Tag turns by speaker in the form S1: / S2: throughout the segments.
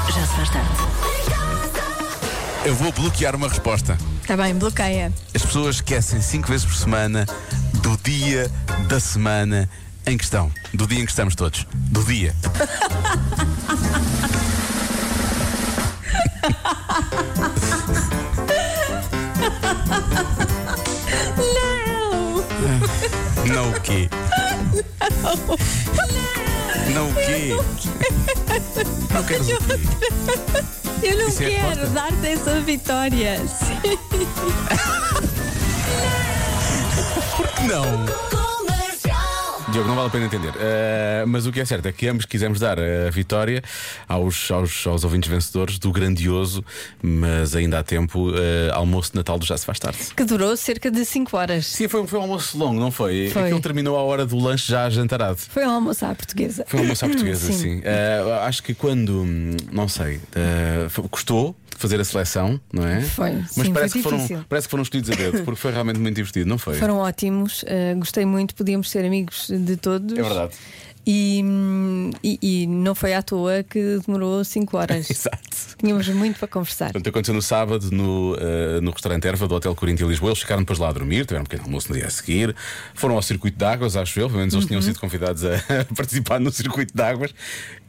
S1: faz tarde.
S2: Eu vou bloquear uma resposta.
S3: Está Tá bem, bloqueia.
S2: As pessoas esquecem cinco vezes por semana do dia da semana em questão. Do dia em que estamos todos. Do dia.
S3: Não!
S2: Não o quê? Não o quê? Não queres o quê?
S3: Eu não
S2: Isso é
S3: quero
S2: resposta?
S3: dar-te essa vitória. Sim.
S2: Não.
S4: Diogo, não vale a pena entender. Eh, mas o que é certo é que ambos quisemos dar a vitória aos, aos, aos ouvintes vencedores do grandioso, mas ainda há tempo, eh, almoço de Natal do Já Se Faz Tarde.
S3: Que durou cerca de 5 horas.
S4: Sim, foi, um- foi um almoço longo, não foi?
S3: Foi.
S4: Aquilo terminou à hora do lanche já jantarado.
S3: Foi um almoço à portuguesa.
S4: Foi um almoço à portuguesa,
S3: Sim.
S4: sim. Eh, acho que quando, hum, não sei, eh, foi- custou fazer a seleção, não é?
S3: Foi,
S4: Mas
S3: sim,
S4: parece,
S3: foi
S4: que foram,
S3: difícil.
S4: parece que foram escolhidos a dedo, porque foi realmente muito divertido, não foi?
S3: Foram ótimos, eh, gostei muito, podíamos ser amigos de todos.
S4: É verdade.
S3: E, hum, e- e não foi à toa que demorou 5 horas.
S4: Exato.
S3: Tínhamos muito para conversar.
S4: Portanto, aconteceu no sábado no, eh, no restaurante Erva do Hotel Corinto em Lisboa. Eles ficaram depois lá a dormir, tiveram um pequeno almoço no dia a seguir. Foram ao Circuito de Águas, acho eu. Pelo menos eles
S3: Uhum.
S4: tinham sido convidados a participar no Circuito de Águas,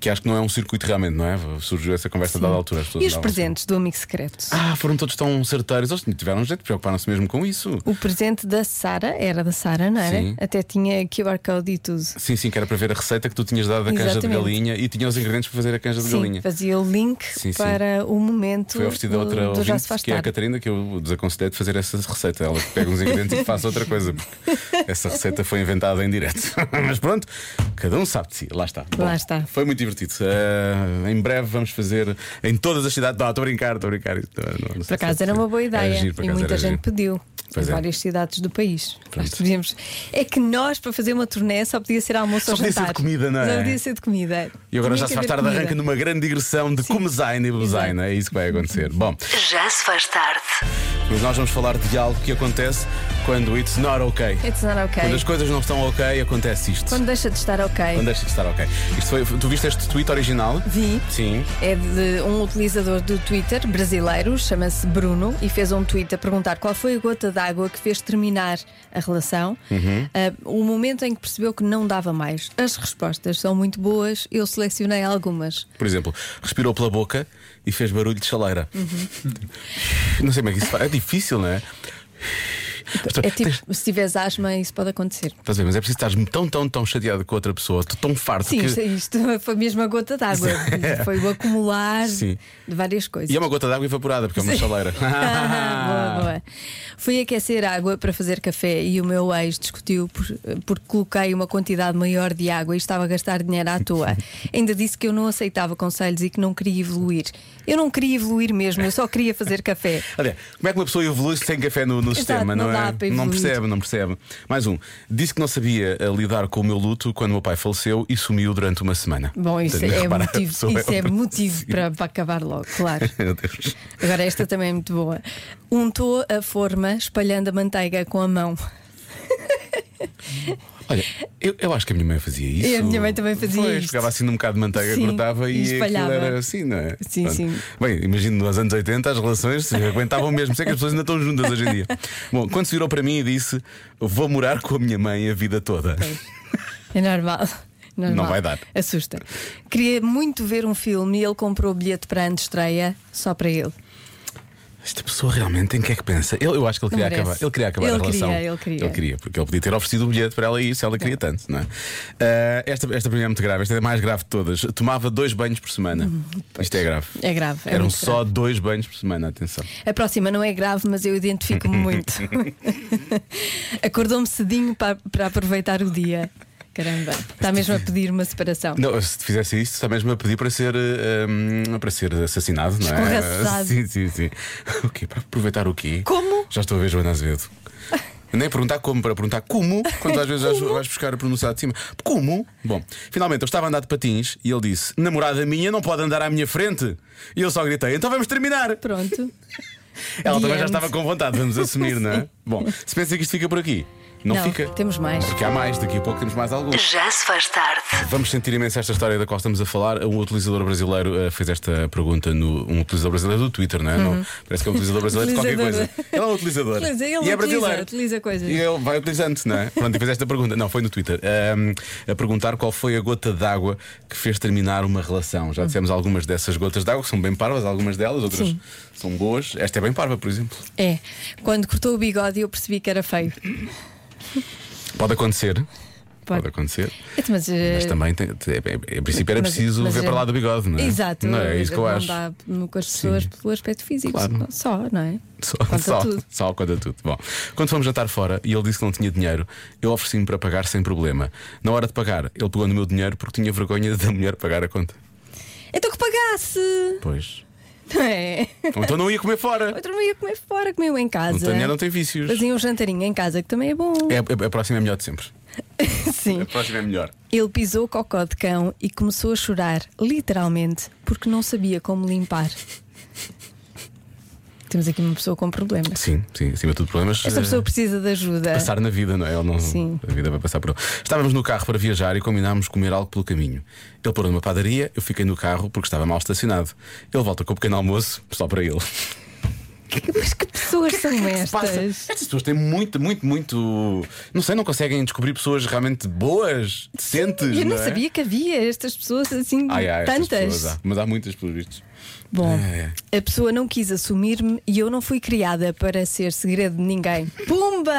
S4: que acho que não é um circuito realmente, não é? Surgiu essa conversa a dada altura. as pessoas
S3: E os
S4: andavam assim.
S3: presentes do amigo secreto?
S4: Ah, foram todos tão certeiros. Eles tiveram jeito, preocuparam-se mesmo com isso.
S3: O presente da Sara era da Sara, não era?
S4: Sim.
S3: Até tinha QR Code e tudo.
S4: Sim, sim, que era para ver a receita que tu tinhas dado da canja de
S3: Exatamente.
S4: galinha e tinha os ingredientes para fazer a canja de
S3: Sim,
S4: galinha.
S3: fazia o link
S4: Sim, sim.
S3: para o momento
S4: Foi oferecida a
S3: do,
S4: outra
S3: do Já se
S4: ouvinte,
S3: faz
S4: que é a
S3: tarde.
S4: Catarina, que eu desaconselhei de fazer essa receita. Ela que pega uns ingredientes e faz outra coisa, porque essa receita foi inventada em direto. Mas pronto, cada um sabe de si. Lá está.
S3: Lá está.
S4: Foi muito divertido. Eh, em breve vamos fazer em todas as cidades. Não, estou a brincar, estou a brincar. eh, Não, não, não
S3: Por
S4: sei
S3: acaso
S4: se- é
S3: era uma boa ideia
S4: giro, por
S3: e
S4: acaso
S3: muita
S4: era
S3: gente
S4: giro.
S3: pediu.
S4: Pois
S3: em
S4: é.
S3: várias cidades do país. Nós
S4: Pronto.
S3: podíamos... É que nós, para fazer uma turnê, só podia ser almoço
S4: Só
S3: ou
S4: podia
S3: jantar.
S4: ser de comida, não é?
S3: Só podia ser de comida.
S4: E agora
S3: Tinha
S4: já
S3: que
S4: se faz
S3: haver
S4: tarde,
S3: comida.
S4: arranca numa grande digressão de Comezaina e Bezaina. É isso que vai acontecer. Bom,
S1: Já se faz tarde.
S4: mas nós vamos falar de algo que acontece quando it's not okay.
S3: It's not okay.
S4: Quando
S3: Quando,
S4: as coisas não estão ok, acontece isto.
S3: deixa de estar ok.
S4: Não deixa de estar ok. Isto foi, tu viste este tweet original?
S3: Vi.
S4: Sim.
S3: É de um utilizador do Twitter brasileiro, chama-se Bruno, e fez um tweet a perguntar qual foi a gota d'água que fez terminar a relação,
S4: Uhum.
S3: Ah, o momento em que percebeu que não dava mais. As respostas são muito boas, eu selecionei algumas.
S4: Por exemplo, respirou pela boca e fez barulho de chaleira.
S3: Uhum.
S4: Não sei como é que isso faz. É difícil, não é? Mas tu-
S3: É
S4: Então, tens-
S3: tipo, se tiveres asma, isso pode acontecer.
S4: Estás a ver, mas é preciso estar tão, tão, tão chateado com outra pessoa, tão farto
S3: Sim,
S4: que.
S3: isto, isto foi mesmo a gota d'água. Foi o acumular
S4: Sim.
S3: de várias coisas.
S4: E é uma gota de água evaporada, porque é uma chaleira.
S3: boa, boa. Fui aquecer água para fazer café e o meu ex discutiu por- porque coloquei uma quantidade maior de água e estava a gastar dinheiro à toa. Ainda disse que eu não aceitava conselhos e que não queria evoluir. Eu não queria evoluir mesmo, eu só queria fazer café.
S4: Olha, como é que uma pessoa evolui sem café no, no sistema,
S3: não
S4: não,
S3: dá
S4: é?
S3: para
S4: não
S3: evoluir.
S4: percebe, não percebe. Mais um. Disse que não sabia eh, lidar com o meu luto quando o meu pai faleceu e sumiu durante uma semana.
S3: Bom, isso
S4: Portanto,
S3: é
S4: repara, a
S3: motivo,
S4: pessoa
S3: isso é
S4: uma-
S3: motivo
S4: Sim.
S3: para, para acabar logo, claro.
S4: Meu Deus.
S3: Agora esta também é muito boa. Untou a forma espalhando a manteiga com a mão.
S4: Olha, eu, eu acho que a minha mãe fazia isso.
S3: E a minha mãe também fazia
S4: Pois,
S3: isto.
S4: Pegava assim num bocado de manteiga,
S3: Sim,
S4: cortava
S3: e
S4: e, aquilo
S3: espalhava.
S4: era assim, não é?
S3: Sim, sim.
S4: Bem, imagino nos anos 80 as relações se aguentavam mesmo, sei que as pessoas ainda estão juntas hoje em dia. Bom, quando se virou para mim e disse: Vou morar com a minha mãe a vida toda.
S3: É normal. normal.
S4: vai dar.
S3: Assusta. Queria muito ver um filme e ele comprou o bilhete para a estreia só para ele.
S4: Esta pessoa realmente em que é que pensa? Ele, eu acho que ele
S3: Não
S4: queria
S3: merece.
S4: acabar. Ele queria acabar
S3: Ele
S4: a relação.
S3: queria, ele queria.
S4: porque ele podia ter oferecido o bilhete para ela e isso, ela queria tanto, não é? Ah, esta, esta primeira é muito grave, esta é a mais grave de todas. Tomava dois banhos por semana. Isto é grave.
S3: Hum, É grave. é
S4: Eram
S3: muito
S4: só dois banhos por semana, atenção.
S3: grave. A próxima não é grave, mas eu identifico-me muito. Acordou-me cedinho para, para aproveitar o dia. Caramba, está mesmo a pedir uma separação.
S4: Não, se te fizesse isso, está mesmo a pedir para ser, eh, hum, para ser assassinado, não é?
S3: Escorraçado.
S4: Sim, sim, sim. O quê? Para aproveitar o quê?
S3: Como?
S4: Já estou a ver Joana Azevedo. Nem perguntar como, para perguntar como, quando às vezes vais- vais buscar a pronunciar de cima. Como? Bom, finalmente eu estava a andar de patins e ele disse: Namorada minha não pode andar à minha frente. E eu só gritei: Então vamos terminar.
S3: Pronto.
S4: Ela também
S3: The
S4: já
S3: end.
S4: estava com vontade, vamos assumir, não é? Bom, se pensa que isto fica por aqui, Não,
S3: Não,
S4: fica.
S3: temos mais.
S4: Porque há mais, daqui a pouco temos mais alguns.
S1: Já se faz tarde.
S4: Vamos sentir imenso esta história da qual estamos a falar. Um utilizador brasileiro eh, fez esta pergunta no. Um utilizador brasileiro do Twitter, não é? Não- parece que é um utilizador brasileiro de qualquer coisa.
S3: Uhum. Utilizador.
S4: Ele é um utilizador.
S3: Utiliza, ele
S4: e é
S3: utiliza,
S4: brasileiro.
S3: utiliza coisas.
S4: E ele vai utilizando, não é? Pronto, e fez esta pergunta. Não, foi no Twitter. Ahm, a perguntar qual foi a gota d'água que fez terminar uma relação. Já dissemos algumas dessas gotas d'água, que são bem parvas, algumas delas, outras
S3: Uhum. Sim.
S4: são boas. Esta é bem parva, por exemplo.
S3: É. Quando cortou o bigode eu percebi que era feio.
S4: Pode acontecer. Pode
S3: Pode.
S4: acontecer.
S3: É, Mas, eh,
S4: Mas também, tem, tem- em em princípio, era
S3: mas-
S4: preciso
S3: mas
S4: ver
S3: é-
S4: para lá do bigode, não é?
S3: Exato,
S4: Não é isso que eu
S3: não
S4: acho.
S3: Dá com as pessoas pelo aspecto físico
S4: Claro.
S3: só, não é?
S4: Só,
S3: Conta
S4: só,
S3: tudo.
S4: só conta tudo. Bom, quando fomos jantar fora e ele disse que não tinha dinheiro, eu ofereci-me para pagar sem problema. Na hora de pagar, ele pegou no meu dinheiro porque tinha vergonha da mulher pagar a conta.
S3: Então que pagasse!
S4: Pois.
S3: Não é?
S4: Ou então não ia comer fora.
S3: Outro meio comer fora, comeu em
S4: Não tem
S3: casa.
S4: dinheiro, não tem vícios.
S3: Fazia um jantarinho em casa que também é bom.
S4: É, é- a próxima é melhor de sempre.
S3: Sim.
S4: A próxima é melhor.
S3: Ele pisou o cocó de cão e começou a chorar, literalmente, porque não sabia como limpar. Temos aqui uma pessoa com problemas.
S4: Sim, sim, acima de tudo, problemas.
S3: Esta
S4: eh,
S3: pessoa precisa de ajuda.
S4: Passar na vida, não é? Ele não,
S3: Sim.
S4: A vida vai passar por. ele. Estávamos no carro para viajar e combinámos comer algo pelo caminho. Ele parou numa padaria, eu fiquei no carro porque estava mal estacionado. Ele volta com o pequeno almoço só para ele.
S3: Que- Mas que pessoas são estas?
S4: Estas pessoas têm muito, muito, muito. Não sei, não conseguem descobrir pessoas realmente boas, decentes.
S3: Eu não
S4: não é?
S3: sabia que havia estas pessoas assim
S4: Ai, ai, estas
S3: tantas.
S4: pessoas há. mas há muitas, pelos vistos.
S3: Bom,
S4: É,
S3: a pessoa não quis assumir-me e eu não fui criada para ser segredo de ninguém. Pumba!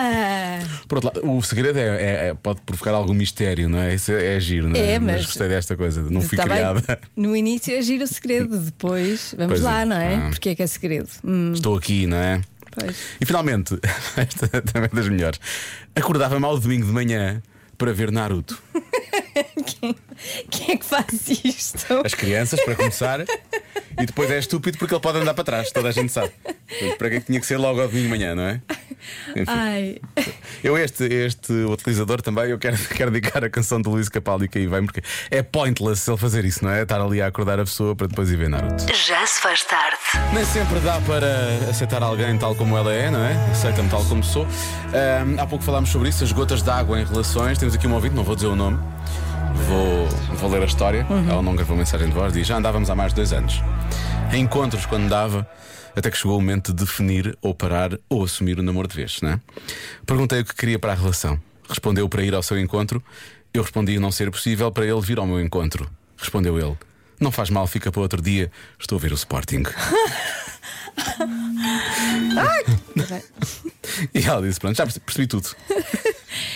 S4: Por outro lado, o segredo é, é- é- pode provocar algum mistério, não é? Isso é, é giro, não é?
S3: É, mas-
S4: gostei desta coisa, não fui
S3: Tá bem?
S4: criada.
S3: No início é giro o segredo, depois vamos
S4: Pois é.
S3: lá, não é?
S4: Ah.
S3: Porque é que é segredo? Hum,
S4: Estou aqui, não é?
S3: pois.
S4: E finalmente, esta também é das melhores. Acordava mal domingo de manhã para ver Naruto.
S3: Quem é que faz isto?
S4: As crianças, para começar, e depois é estúpido porque ele pode andar para trás, toda a gente sabe. Portanto, Para que é que tinha que ser logo ao domingo de manhã, não é? Enfim,
S3: Ai,
S4: eu, este, este utilizador também, eu quero, quero dedicar a canção de Luís Capaldi que aí vem, porque é pointless ele fazer isso, não é? Estar ali a acordar a pessoa para depois ir ver Naruto.
S1: Já se faz tarde.
S4: Nem sempre dá para aceitar alguém tal como ela é, não é? Aceita-me tal como sou. Ahm, há pouco falámos sobre isso, as gotas de água em relações. Temos aqui um ouvinte, não vou dizer o nome, vou, vou ler a história. Ela não gravou mensagem de voz, diz: Já andávamos há mais de dois anos. Em encontros, quando dava, até que chegou o momento de definir ou parar ou assumir o namoro de vez, não é? Perguntei o que queria para a relação. Respondeu para ir ao seu encontro. Eu respondi não ser possível para ele vir ao meu encontro. Respondeu ele: Não faz mal, fica para outro dia. Estou a ver o Sporting.
S3: tá
S4: E ela disse: Pronto, já percebi, percebi tudo.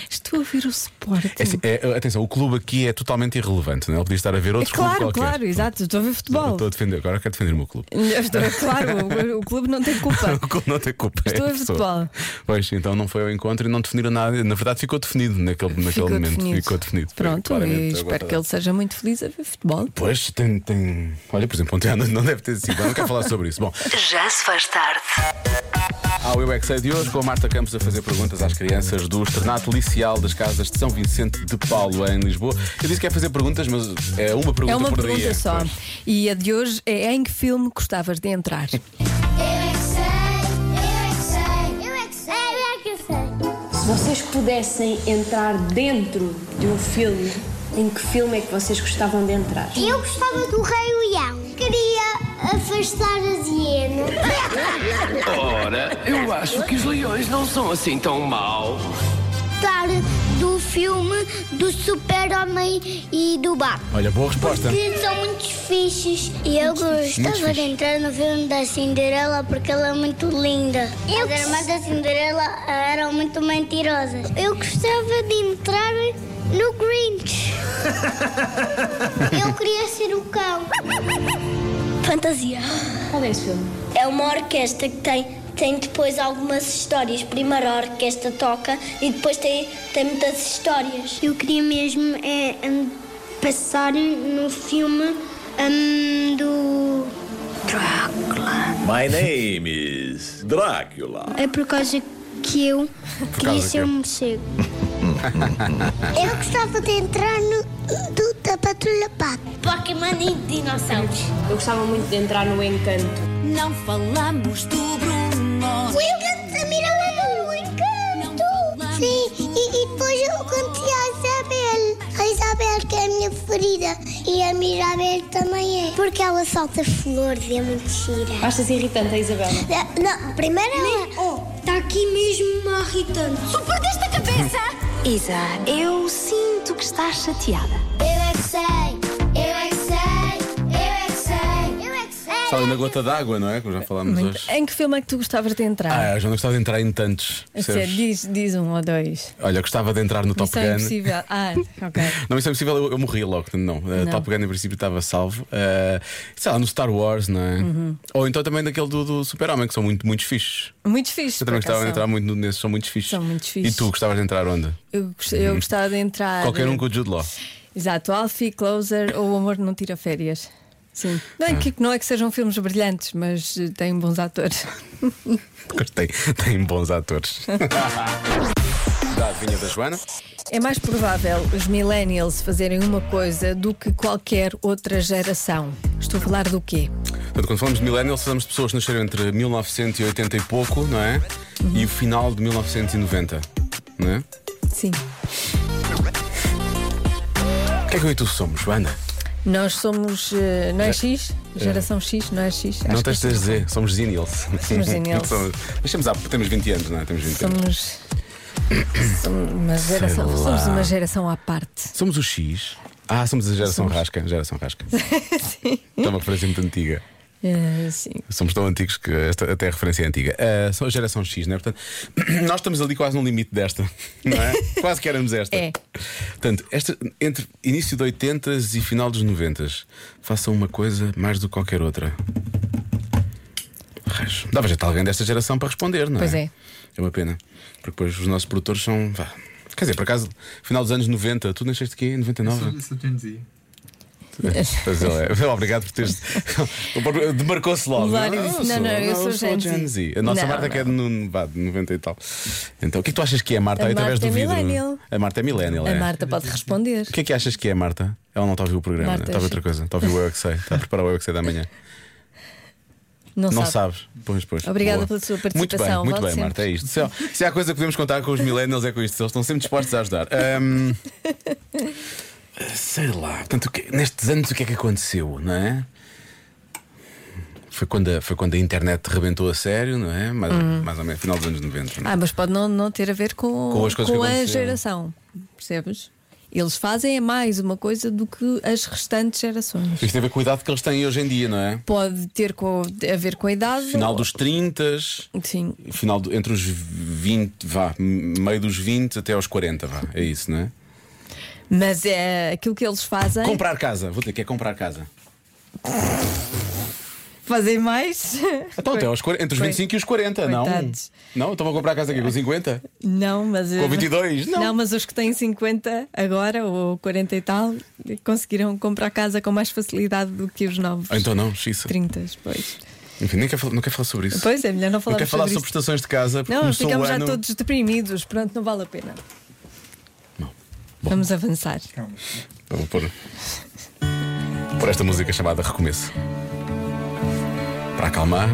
S3: estou a ver o Sporting.
S4: É assim, é, atenção, o clube aqui é totalmente irrelevante, não é? Ele podia estar a ver
S3: É
S4: outro clube
S3: claro,
S4: qualquer.
S3: claro, exato. Estou a ver
S4: Eu
S3: futebol.
S4: Estou a defender, agora quero defender o meu clube.
S3: Estou- Claro, o, o clube não tem culpa.
S4: O clube não tem culpa. é
S3: Estou a ver
S4: pessoa.
S3: futebol.
S4: Pois, então não foi ao encontro e não definiram nada. Na verdade, ficou definido naquele, naquele momento. Ficou definido. Foi
S3: Pronto,
S4: claramente
S3: e
S4: a
S3: espero
S4: gota
S3: que ele seja muito feliz a ver futebol.
S4: Pois, tem, tem. Olha, por exemplo, ontem à noite não deve ter sido. Eu não quero falar sobre isso. Bom,
S1: Já se faz tarde.
S4: ao Eu é Que Sei de hoje, com a Marta Campos a fazer perguntas às crianças do externato licial das casas de São Vicente de Paulo, em Lisboa. Eu disse que é fazer perguntas, mas é uma pergunta
S3: É uma
S4: por
S3: pergunta
S4: dia.
S3: só.
S4: Pois.
S3: E a de hoje é em que filme gostavas de entrar?
S5: Eu é que sei, eu é que sei, eu é que sei, eu é que sei.
S6: Se vocês pudessem entrar dentro de um filme, em que filme é que vocês gostavam de entrar?
S5: Eu gostava do Rei Leão. Queria afastar as hienas.
S7: Ora, eu acho que os leões não são assim tão maus.
S5: Gostar do filme do Super-Homem e do Batman.
S4: Olha, boa resposta.
S5: Que são muitos fixes. E eu
S4: muito
S5: gostava
S4: fixe.
S5: de entrar no filme da Cinderela porque ela é muito linda. As irmãs da Cinderela ah, eram muito mentirosas. Eu gostava de entrar no Grinch. eu queria ser o cão. Fantasia.
S6: Qual é esse filme?
S5: É uma orquestra que tem, tem depois algumas histórias. Primeiro a orquestra toca e depois tem, tem muitas histórias. Eu queria mesmo é, hum, passar no filme hum, do. Drácula.
S8: My name is Dracula.
S5: É por causa que eu queria
S4: causa
S5: ser
S4: que-
S5: um morcego. eu gostava de entrar no. Do, da Patrulha Pato. Pokémon e dinossauros.
S6: Eu gostava muito de entrar no Encanto.
S9: Não falamos do Bruno.
S5: é O encanto da Mirella no encanto. um Sim, e é preferida. E a Mirabel também é. Porque ela solta flores e é muito gira. É,
S6: Achas irritante a Isabela?
S5: Não, primeiro ela. Oh,
S1: Tá
S5: está aqui mesmo uma irritante.
S9: Tu perdeste a cabeça?
S1: Isa, eu sinto que estás chateada.
S5: Eu é que sei, eu é que sei, eu é que sei, eu é que sei.
S4: Está ali na gota d'água, não é? Como já falámos hoje.
S3: Em que filme é que tu gostavas de entrar?
S4: Ah, eu já não gostava de entrar em tantos.
S3: A sério,
S4: percebes?
S3: diz, diz um ou dois.
S4: Olha, eu gostava de entrar no Top
S3: Missão
S4: Gun.
S3: impossível. Ah, ok.
S4: Não, isso é possível, eu, eu morri logo, portanto, não. Uh,
S3: Não.
S4: Top Gun em princípio estava salvo. Uh, sei lá, no Star Wars, não é?
S3: Uhum.
S4: Ou então também daquele do, do Super-Homem, que são muito, muito fixes.
S3: Muito fixe.
S4: Eu também
S3: por acaso
S4: gostava de
S3: são.
S4: entrar muito nesses, são muito fixes.
S3: São muito
S4: E
S3: fixes. Ah,
S4: tu gostavas de entrar onde?
S3: Eu, gost- eu gostava de entrar.
S4: Uhum. Qualquer um com o Jude Law.
S3: Exato, Alfie, Closer ou O Amor Não Tira Férias. Sim. Não é,
S4: Ah.
S3: que, não é que sejam filmes brilhantes, mas eh, têm bons atores.
S4: Porque tem, tem bons atores. Da adivinha da Joana?
S3: É mais provável os millennials fazerem uma coisa do que qualquer outra geração. Estou a falar do quê?
S4: Portanto, quando falamos de millennials, falamos de pessoas que nasceram entre 1980 e pouco, não é?
S3: Uhum.
S4: E o final de 1990, não é?
S3: Sim.
S4: O que é que eu e tu somos, Joana?
S3: Nós somos. eh, Não é X? Geração X, não é X?
S4: não
S3: Acho
S4: tens
S3: que é
S4: de dizer, somos Zinnials.
S3: Somos zennials.
S4: Somos- Mas temos, há- temos 20 anos, não é? Temos 20 anos.
S3: somos. Somos uma geração,
S4: lá.
S3: somos uma geração à parte.
S4: Somos o X. Ah, somos a geração rasca. Geração rasca.
S3: Hum? Sim.
S4: É uma referência muito antiga.
S3: Eh, sim.
S4: Somos tão antigos que esta, até a referência é antiga. Ah, são a geração X, não é? Portanto, nós estamos ali quase no limite desta, não é? quase que éramos esta.
S3: É.
S4: Portanto, esta, entre início de 80 e final dos 90, façam uma coisa mais do que qualquer outra. Raios. Dava jeito a alguém desta geração para responder, não é?
S3: Pois é.
S4: É uma pena. Porque depois os nossos produtores são. vá. Quer dizer, por acaso, final dos anos 90, tu nasceste aqui em 99? Pois ele é. Obrigado por teres. O próprio- Demarcou-se logo.
S3: Claro,
S4: Ah,
S3: isso. Não, não, eu sou Gen Z.
S4: A nossa
S3: Não,
S4: Marta que é de, no, vá, de 90 e tal. Então, o que é que tu achas que é, Marta?
S3: A
S4: Aí, através
S3: Marta
S4: do
S3: é
S4: vidro.
S3: millennial.
S4: A Marta é millennial,
S3: A
S4: é.
S3: Marta pode responder.
S4: O que é que achas que é, Marta? Ela não está a ouvir o programa, né?
S3: Marta,
S4: está a ouvir outra coisa. Está a ouvir o Eu É Que Sei. Está a preparar o Eu É Que Sei da manhã.
S3: Não,
S4: Não
S3: sabe.
S4: sabes. Pois, pois.
S3: Obrigada
S4: Boa.
S3: pela sua
S4: Muito
S3: participação.
S4: bem,
S3: Volte
S4: muito bem
S3: sempre.
S4: Marta. É isto. Se há, se há coisa que podemos contar com os millennials, é com isto. Eles estão sempre dispostos a ajudar. Ahm, sei lá. Portanto, o que- nestes anos, o que é que aconteceu, não é? Foi quando, a, foi quando a internet rebentou a sério, não é? Mais,
S3: Hum.
S4: mais ou menos, final dos anos 90. não é?
S3: Ah, mas pode não, não ter a ver com,
S4: Com as coisas que
S3: a
S4: aconteceram.
S3: geração. Percebes? Eles fazem é mais uma coisa do que as restantes gerações.
S4: é? Isto tem a ver com a idade que eles têm hoje em dia, não é?
S3: Pode ter com- a ver com a idade.
S4: Final dos 30,
S3: Sim.
S4: final do- entre os 20, vá, meio dos 20 até aos 40, vá. É isso, não é?
S3: Mas é aquilo que eles fazem.
S4: Comprar casa, vou ter que é comprar casa.
S3: Fazem mais.
S4: Então, até aos 40, entre os
S3: Coi-
S4: 25 e os 40, não?
S3: Coitados. É.
S4: Não, então vou comprar a casa aqui com 50?
S3: Não, mas. eh,
S4: Com 22? Não.
S3: Não, mas os que têm 50 agora, ou 40 e tal, conseguiram comprar casa com mais facilidade do que os novos.
S4: Ah, então não, xiça.
S3: 30, pois.
S4: Enfim, nem quero, falar- não quero falar sobre isso.
S3: Pois é, melhor não
S4: não
S3: falar
S4: quero falar sobre prestações de casa, porque
S3: Não,
S4: começou o
S3: ficamos já
S4: ano.
S3: todos deprimidos. Pronto, não vale a pena.
S4: Não.
S3: Vamos avançar.
S4: Eu Vou pôr, pôr esta música chamada Recomeço. Para acalmar.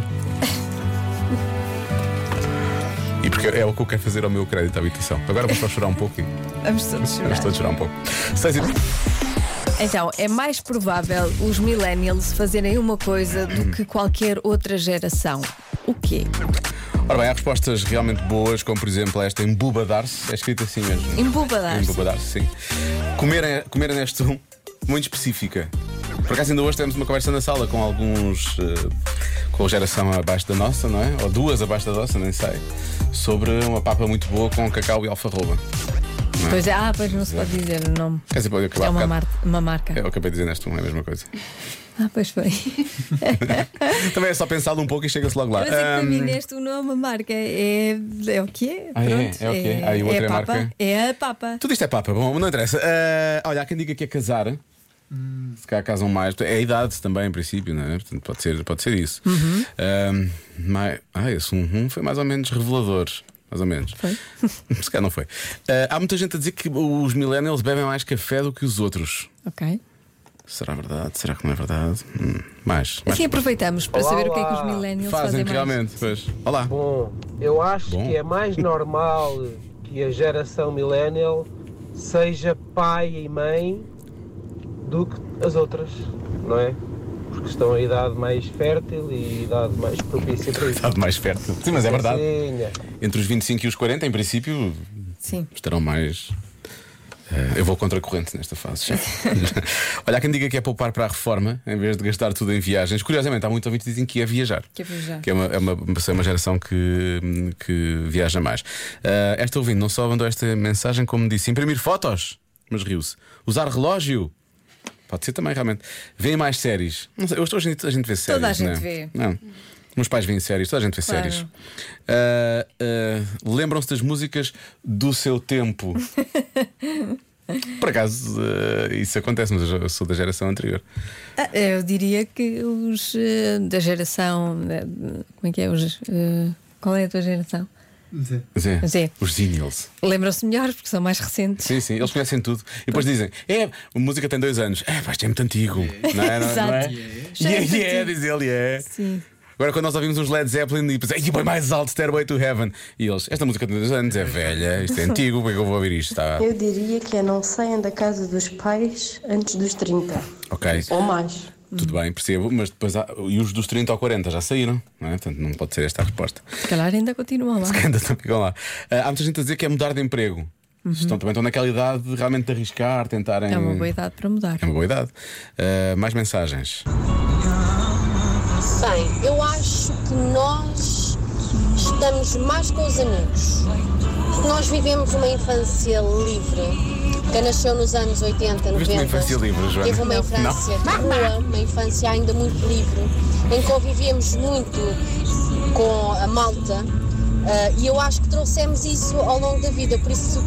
S4: E porque é o que eu quero fazer ao meu crédito à habitação. Agora vou só chorar um pouco. e-
S3: Vamos todos chorar.
S4: Vamos todos chorar um pouco. Seis e-
S3: Então, é mais provável os millennials fazerem uma coisa do que qualquer outra geração. O quê?
S4: Ora bem, há respostas realmente boas, como por exemplo esta embubadar-se, é escrita assim mesmo.
S3: Embobadar-se.
S4: Embobadar-se, sim. Comer, comer neste um, muito específica. Por acaso, ainda hoje tivemos uma conversa na sala com alguns. eh, com a geração abaixo da nossa, não é? Ou duas abaixo da nossa, nem sei. Sobre uma papa muito boa com cacau e alfarroba.
S3: Pois é, ah, pois não se pode dizer o nome.
S4: Quer dizer, pode acabar
S3: É
S4: um
S3: uma,
S4: bocado-
S3: mar- uma marca.
S4: Eu acabei de dizer neste um, é a mesma coisa.
S3: Ah, pois foi.
S4: Também é só pensá-lo um pouco e chega-se logo lá.
S3: Mas é que para
S4: Ahm,
S3: mim este não é uma marca. É, é o que é.
S4: Ah, é?
S3: Pronto.
S4: É o que é? Ah, e o outro é
S3: a papa.
S4: marca?
S3: É a papa.
S4: Tudo isto é papa, bom, não interessa. Ah, olha, há quem diga que é casar.
S3: Hum.
S4: Se cá casam mais. É a idade também, em princípio, não é? Portanto, pode ser, pode ser isso.
S3: Uhum.
S4: Ahm, mas, ah, esse um, um foi mais ou menos revelador. Mais ou menos. Foi? Se calhar não foi. Ah, há muita gente a dizer que os millennials bebem mais café do que os outros.
S3: Ok.
S4: Será verdade? Será que não é verdade? Hum, mais. mais
S3: Assim aproveitamos para saber o que é que os millennials fazem,
S4: fazem que
S3: mais.
S4: realmente. Pois. Olá.
S10: Bom, eu acho
S4: Bom.
S10: que é mais normal que a geração millennial seja pai e mãe do que as outras, não é? Porque estão a idade mais fértil e idade mais propícia para isso.
S4: Está de mais perto. Sim, mas é verdade.
S10: Cacinha.
S4: Entre os 25 e os 40, em princípio,
S3: Sim.
S4: estarão mais. eh, eu vou contra a corrente nesta fase. chefe. Olha, há quem diga que é poupar para a reforma em vez de gastar tudo em viagens. Curiosamente, há muitos ouvintes que dizem que é viajar.
S3: Que é viajar.
S4: Que é uma, é uma, é uma geração que, que viaja mais. Ah, esta ouvinte não só mandou esta mensagem, como disse: imprimir fotos, mas riu-se. Usar relógio. Pode ser também, realmente. Vêem mais séries. Não sei, hoje a gente, a gente vê séries.
S3: Toda a
S4: não é?
S3: gente vê.
S4: Não. Meus pais veem séries, toda a gente vê
S3: Claro.
S4: séries. Ah, ah, Lembram-se das músicas do seu tempo. Por acaso, ah, isso acontece, mas eu sou da geração anterior.
S3: Ah, eu diria que os eh, da geração. eh, como é que é? Os, eh, qual é a tua geração?
S4: Zé,
S3: Zé.
S4: Os Zinils.
S3: Lembram-se melhor porque são mais recentes.
S4: Sim, sim, eles conhecem tudo. E depois dizem: É, a música tem dois anos. É, pá, isto é muito antigo. Não é? Não, não é?
S3: Exato. Já é
S4: Yeah,
S3: muito
S4: yeah,
S3: antigo.
S4: diz ele, é.
S3: Sim.
S4: Agora, quando nós ouvimos uns Led Zeppelin e pensei, bem mais alto, Stairway to Heaven. E eles, esta música tem dois anos, é velha, isto é antigo, porque é que eu vou ouvir isto? Tá.
S9: Eu diria que é não saiam da casa dos pais antes dos 30
S4: Ok,
S9: ou mais.
S4: tudo bem, percebo, mas depois há, e os dos 30 ou 40 já saíram, não é? Portanto, não pode ser esta a resposta.
S3: Se calhar ainda continuam lá.
S4: Ainda não ficam lá. Ah, há muita gente a dizer que é mudar de emprego. Estão, também estão naquela idade de realmente de arriscar, tentarem.
S3: Uhum. É uma boa idade para mudar.
S4: É uma boa idade. Ah, mais mensagens.
S11: Bem, eu acho que nós estamos mais com os amigos. Nós vivemos uma infância livre. Quem nasceu nos anos 80, 90.
S4: Viveste uma infância livre, Joana?
S11: Teve uma
S4: Não.
S11: infância de rua, uma infância ainda muito livre, em que convivíamos muito com a malta. ah, e eu acho que trouxemos isso ao longo da vida, por isso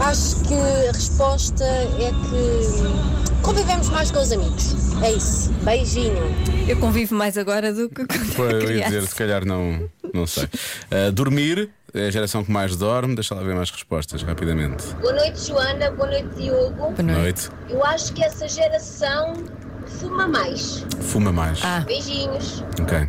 S11: acho que a resposta é que convivemos mais com os amigos. É isso. Beijinho.
S3: Eu convivo mais agora do que quando
S4: Foi,
S3: era
S4: eu ia
S3: criança.
S4: dizer, se calhar não, não sei. Ah, dormir é a geração que mais dorme, deixa lá ver mais respostas rapidamente.
S5: Boa noite, Joana. Boa noite, Diogo.
S3: Boa noite.
S4: Noite,
S5: Eu acho que essa geração fuma mais.
S4: fuma mais.
S3: Ah,
S5: Beijinhos.
S4: Ok.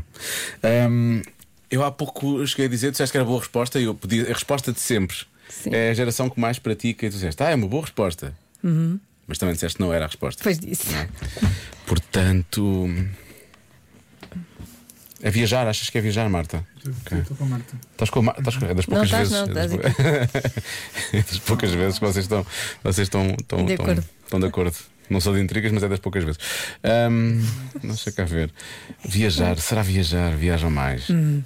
S4: Ahm, eu há pouco cheguei a dizer, tu disseste que era boa resposta e eu pedi a resposta de sempre.
S3: Sim.
S4: É a geração que mais pratica e tu disseste, ah, é uma boa resposta.
S3: Uhum.
S4: Mas também disseste que não é? era a resposta.
S3: depois disso.
S4: Portanto. É viajar, achas que é viajar, Marta? Estou com a Marta. Estás com a Marta? Estás com... É das poucas
S3: estás,
S4: vezes.
S3: não,
S4: é das
S3: estás
S4: pou- é das poucas vezes que vocês estão. Vocês estão, estão,
S3: De
S4: estão,
S3: acordo.
S4: estão de acordo. Não sou de intrigas, mas é das poucas vezes. Ahm, deixa cá ver. Viajar, será viajar? Viajam mais.
S3: Hum.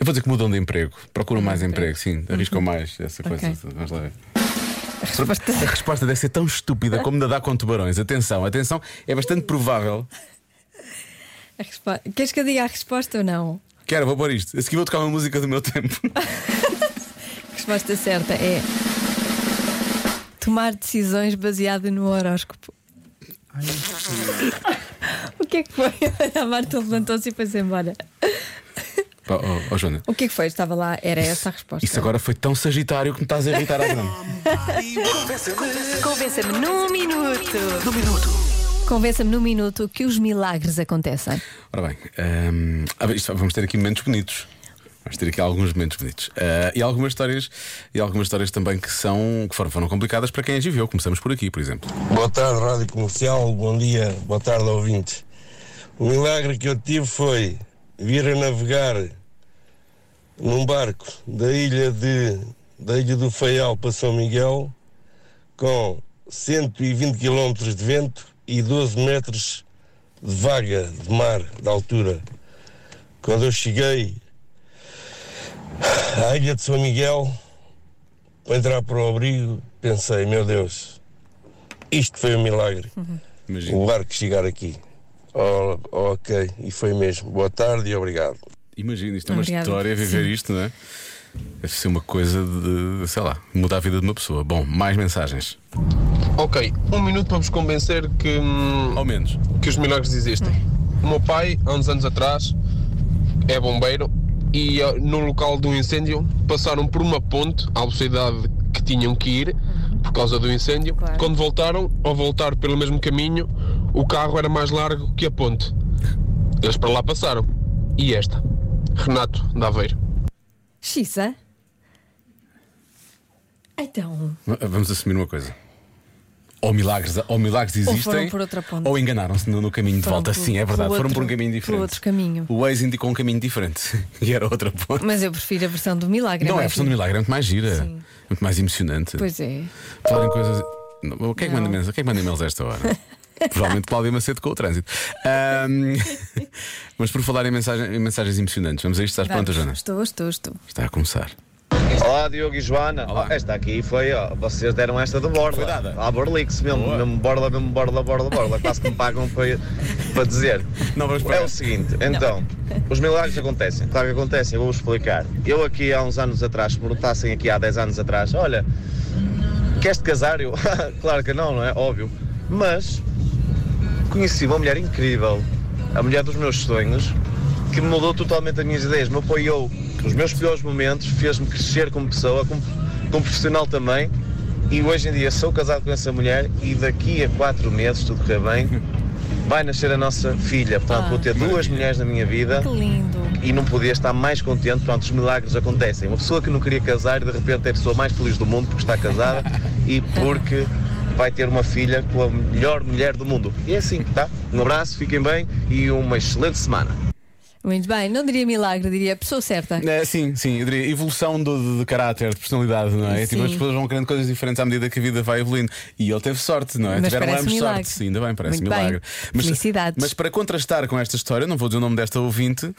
S4: Eu vou dizer que mudam de emprego, procuram mais emprego, sim, arriscam mais essa coisa.
S3: Uhum. Ok.
S4: Vamos lá ver. A resposta deve ser tão estúpida como nadar com tubarões. Atenção, atenção, é bastante provável.
S3: A respo- Queres que eu diga a resposta ou não?
S4: Quero, vou pôr isto. A seguir vou tocar uma música do meu tempo.
S3: A resposta certa é. Tomar decisões baseadas no horóscopo. o que é que foi? A Marta levantou-se e foi-se embora.
S4: Pá, oh, oh, Joana,
S3: O que é que foi? Estava lá, era essa a resposta.
S4: isso agora foi tão sagitário que me estás a irritar à grande.
S3: Convença-me num minuto. Num minuto. Convença-me num minuto que os milagres acontecem.
S4: Ora bem, hum, ah, bem, isto- vamos ter aqui momentos bonitos. Vamos ter aqui alguns momentos bonitos. Ah, e algumas histórias, e algumas histórias também que são que foram, foram complicadas para quem as viveu. Começamos por aqui, por exemplo.
S10: Boa tarde, Rádio Comercial. Bom dia, boa tarde, ouvintes. O milagre que eu tive foi vir a navegar num barco da ilha, de, da ilha do Faial para São Miguel com 120 km de vento e 12 metros de vaga de mar de altura. Quando eu cheguei à ilha de São Miguel para entrar para o abrigo, pensei, meu Deus, isto foi um milagre.
S4: Imagina.
S10: O barco chegar aqui. Oh, ok, e foi mesmo. Boa tarde e obrigado.
S4: Imagina, isto é uma
S3: Obrigada.
S4: história, viver isto, não é? Deve ser uma coisa de, sei lá, mudar a vida de uma pessoa. Bom, mais mensagens.
S12: Ok, um minuto para vos convencer que, hum,
S4: Ao menos.
S12: que os milagres existem. O meu pai, há uns anos atrás, é bombeiro e ah, no local de um incêndio passaram por uma ponte à velocidade que tinham que ir por causa do incêndio. Quando voltaram, ao voltar pelo mesmo caminho, o carro era mais largo que a ponte. Eles para lá passaram. E esta? Renato de Aveiro.
S3: Xisa? Então,
S4: Vamos assumir uma coisa. Ou milagres, ou milagres
S3: Ou
S4: existem.
S3: foram por outra ponte.
S4: ou enganaram-se no, no caminho de
S3: Foram
S4: volta.
S3: por-
S4: Sim, é
S3: por
S4: verdade. foram
S3: outro-
S4: por um caminho
S3: por
S4: diferente.
S3: outro caminho.
S4: O Waze indicou um caminho diferente. E era outra ponte.
S3: Mas eu prefiro a versão do milagre.
S4: Não, é a
S3: mais
S4: versão do
S3: giro.
S4: milagre, é muito mais gira. Muito mais emocionante.
S3: Pois é.
S4: Falar em coisas. Não, O que é que
S3: Não.
S4: manda menos? O que é que manda menos a esta hora? Provavelmente Cláudia Macedo com o trânsito. Ahm, mas por falar em, mensagem- em mensagens emocionantes, vamos a isto, estás pronta,
S3: Vamos.
S4: Joana?
S3: Estou, estou, estou.
S4: Está a começar.
S13: Olá Diogo e Joana. Oh, Esta aqui foi, ó, vocês deram esta de borda.
S4: Foi dada.
S13: À Borlix mesmo, mesmo borda, mesmo borda, borda, borda. Quase que me pagam para, para dizer. é o seguinte, então, os milagres acontecem. Claro que acontecem, eu vou-vos explicar. Eu aqui há uns anos atrás, se perguntassem aqui há 10 anos atrás, olha, queres-te casar? Eu, claro que não, não é? Óbvio. Mas conheci uma mulher incrível, a mulher dos meus sonhos, que mudou totalmente as minhas ideias, me apoiou nos meus piores momentos, fez-me crescer como pessoa, como, como profissional também. E hoje em dia sou casado com essa mulher e daqui a quatro meses, tudo correr bem, vai nascer a nossa filha. Portanto,
S3: Ah.
S13: vou ter duas mulheres na minha vida
S3: Que lindo.
S13: e não podia estar mais contente. Portanto, os milagres acontecem. Uma pessoa que não queria casar, de repente é a pessoa mais feliz do mundo porque está casada e porque vai ter uma filha com a melhor mulher do mundo. E é assim, tá? Um abraço, fiquem bem e uma excelente semana.
S3: Muito bem, não diria milagre, diria pessoa certa.
S4: É, sim, sim, eu diria evolução do, do- de caráter, de personalidade, não é?
S3: Sim.
S4: Tipo, as pessoas vão querendo coisas diferentes à medida que a vida vai evoluindo. E ele teve sorte, não é?
S3: Mas
S4: Tiveram
S3: parece
S4: ambos
S3: um milagre.
S4: sorte, sim, ainda bem, parece
S3: Muito
S4: um
S3: bem.
S4: milagre.
S3: Felicidades.
S4: Mas para contrastar com esta história, não vou dizer o nome desta ouvinte.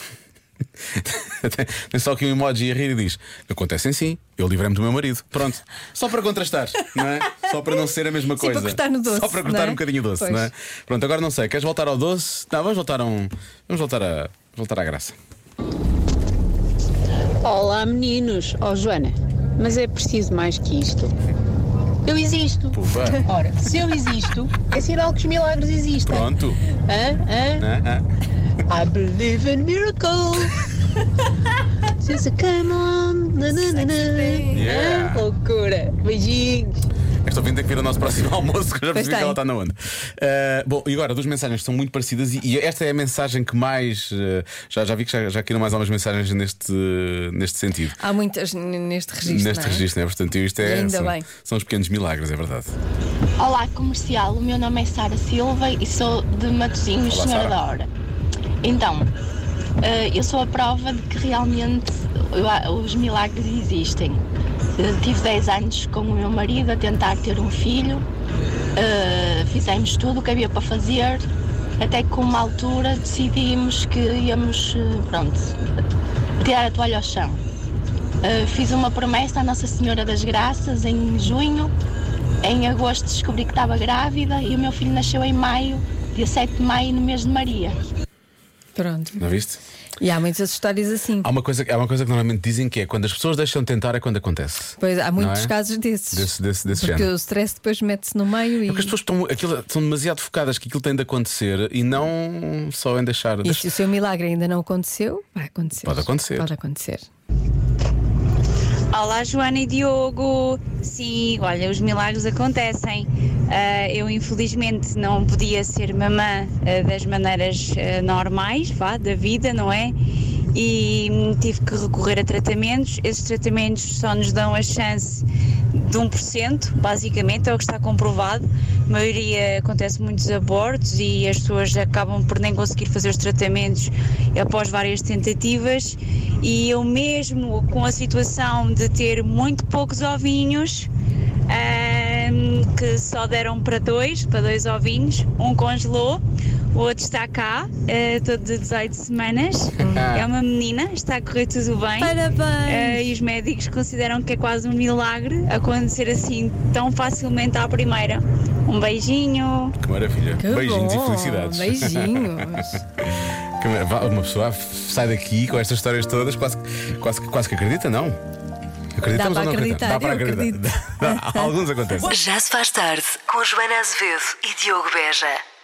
S4: Tem só que um emoji a rir e diz: Acontecem sim, eu livrei-me do meu marido. Pronto, só para contrastar, não é? Só para não ser a mesma
S3: Sim,
S4: coisa.
S3: para cortar no doce,
S4: Só para
S3: não
S4: cortar
S3: é?
S4: um bocadinho doce,
S3: Pois.
S4: não é? Pronto, agora não sei, queres voltar ao doce? Não, vamos voltar a um. Vamos voltar a. Voltar à graça.
S14: Olá meninos, ó Joana, mas é preciso mais que isto. Eu existo.
S4: Pumba.
S14: Ora, se eu existo, é sinal que os milagres existem.
S4: Pronto.
S14: Hã?
S4: Ah, ah.
S14: Hã? I believe in miracles. Just come on. Na, na, na, na.
S4: É. Yeah.
S14: Hã? Loucura. Beijinhos.
S4: Esta ouvinte tem que vir ao nosso próximo almoço, que eu já
S14: Pois
S4: percebi que
S14: tem.
S4: ela está na onda. Uh, bom, e agora, duas mensagens que são muito parecidas e, e esta é a mensagem que mais. uh, já, já vi que já, já caíram mais algumas mensagens neste, neste sentido.
S3: Há muitas n- neste registro.
S4: neste
S3: não é?
S4: registro, né? Portanto, isto é.
S14: Ainda
S4: são,
S14: bem.
S4: são os pequenos milagres, é verdade.
S15: Olá, comercial. O meu nome é Sara Silva e sou de Matosinhos,
S4: Olá,
S15: Senhora
S4: Sara.
S15: da Hora. Então, eh, eu sou a prova de que realmente eu a- os milagres existem. Eh, Tive 10 anos com o meu marido a tentar ter um filho, eh, fizemos tudo o que havia para fazer, até que uma altura decidimos que íamos, eh, pronto, tirar a toalha ao chão. Uh, fiz uma promessa à Nossa Senhora das Graças em junho. Em agosto descobri que estava grávida e o meu filho nasceu em maio, dia 7 de maio, no mês de Maria.
S3: Pronto.
S4: Não viste?
S3: E há muitas histórias assim.
S4: Há uma, coisa, há uma coisa que normalmente dizem que é quando as pessoas deixam de tentar é quando acontece.
S3: Pois há
S4: Não
S3: muitos
S4: é?
S3: casos desses.
S4: Desse, desse, desse
S3: porque
S4: género. É
S3: o stress depois mete-se no meio e.
S4: Porque as pessoas estão, aquilo, estão demasiado focadas que aquilo tem de acontecer e não só em deixar.
S3: E se o seu milagre ainda não aconteceu, vai acontecer.
S4: Pode acontecer.
S3: Pode acontecer.
S16: Olá, Joana e Diogo. Sim, olha, os milagres acontecem. Ah, eu, infelizmente, não podia ser mamã ah, das maneiras ah, normais, vá, da vida, não é? E hum, tive que recorrer a tratamentos. Esses tratamentos só nos dão a chance de 1%, basicamente, é o que está comprovado. A maioria eh, acontece muitos abortos e as pessoas acabam por nem conseguir fazer os tratamentos após várias tentativas. E eu mesmo com a situação de ter muito poucos ovinhos, ahm, que só deram para dois, para dois ovinhos, um congelou, o outro está cá, eh, todo de 18 semanas. É uma menina, está a correr tudo bem.
S3: Parabéns!
S16: Eh, e os médicos consideram que é quase um milagre acontecer assim tão facilmente à primeira. Um beijinho!
S4: Que maravilha.
S16: Que
S4: Beijinhos
S16: bom,
S4: e felicidades.
S16: beijinhos.
S4: Que mar- vá, Uma pessoa sai daqui com estas histórias todas, quase, que- quase, que- quase que acredita, não? Acreditamos
S17: Dá para
S4: ou não acreditamos? Dá para
S17: acreditar, eu
S4: acreditar. Dá- Alguns acontecem.
S17: Já se faz tarde com Joana Azevedo e Diogo Beja.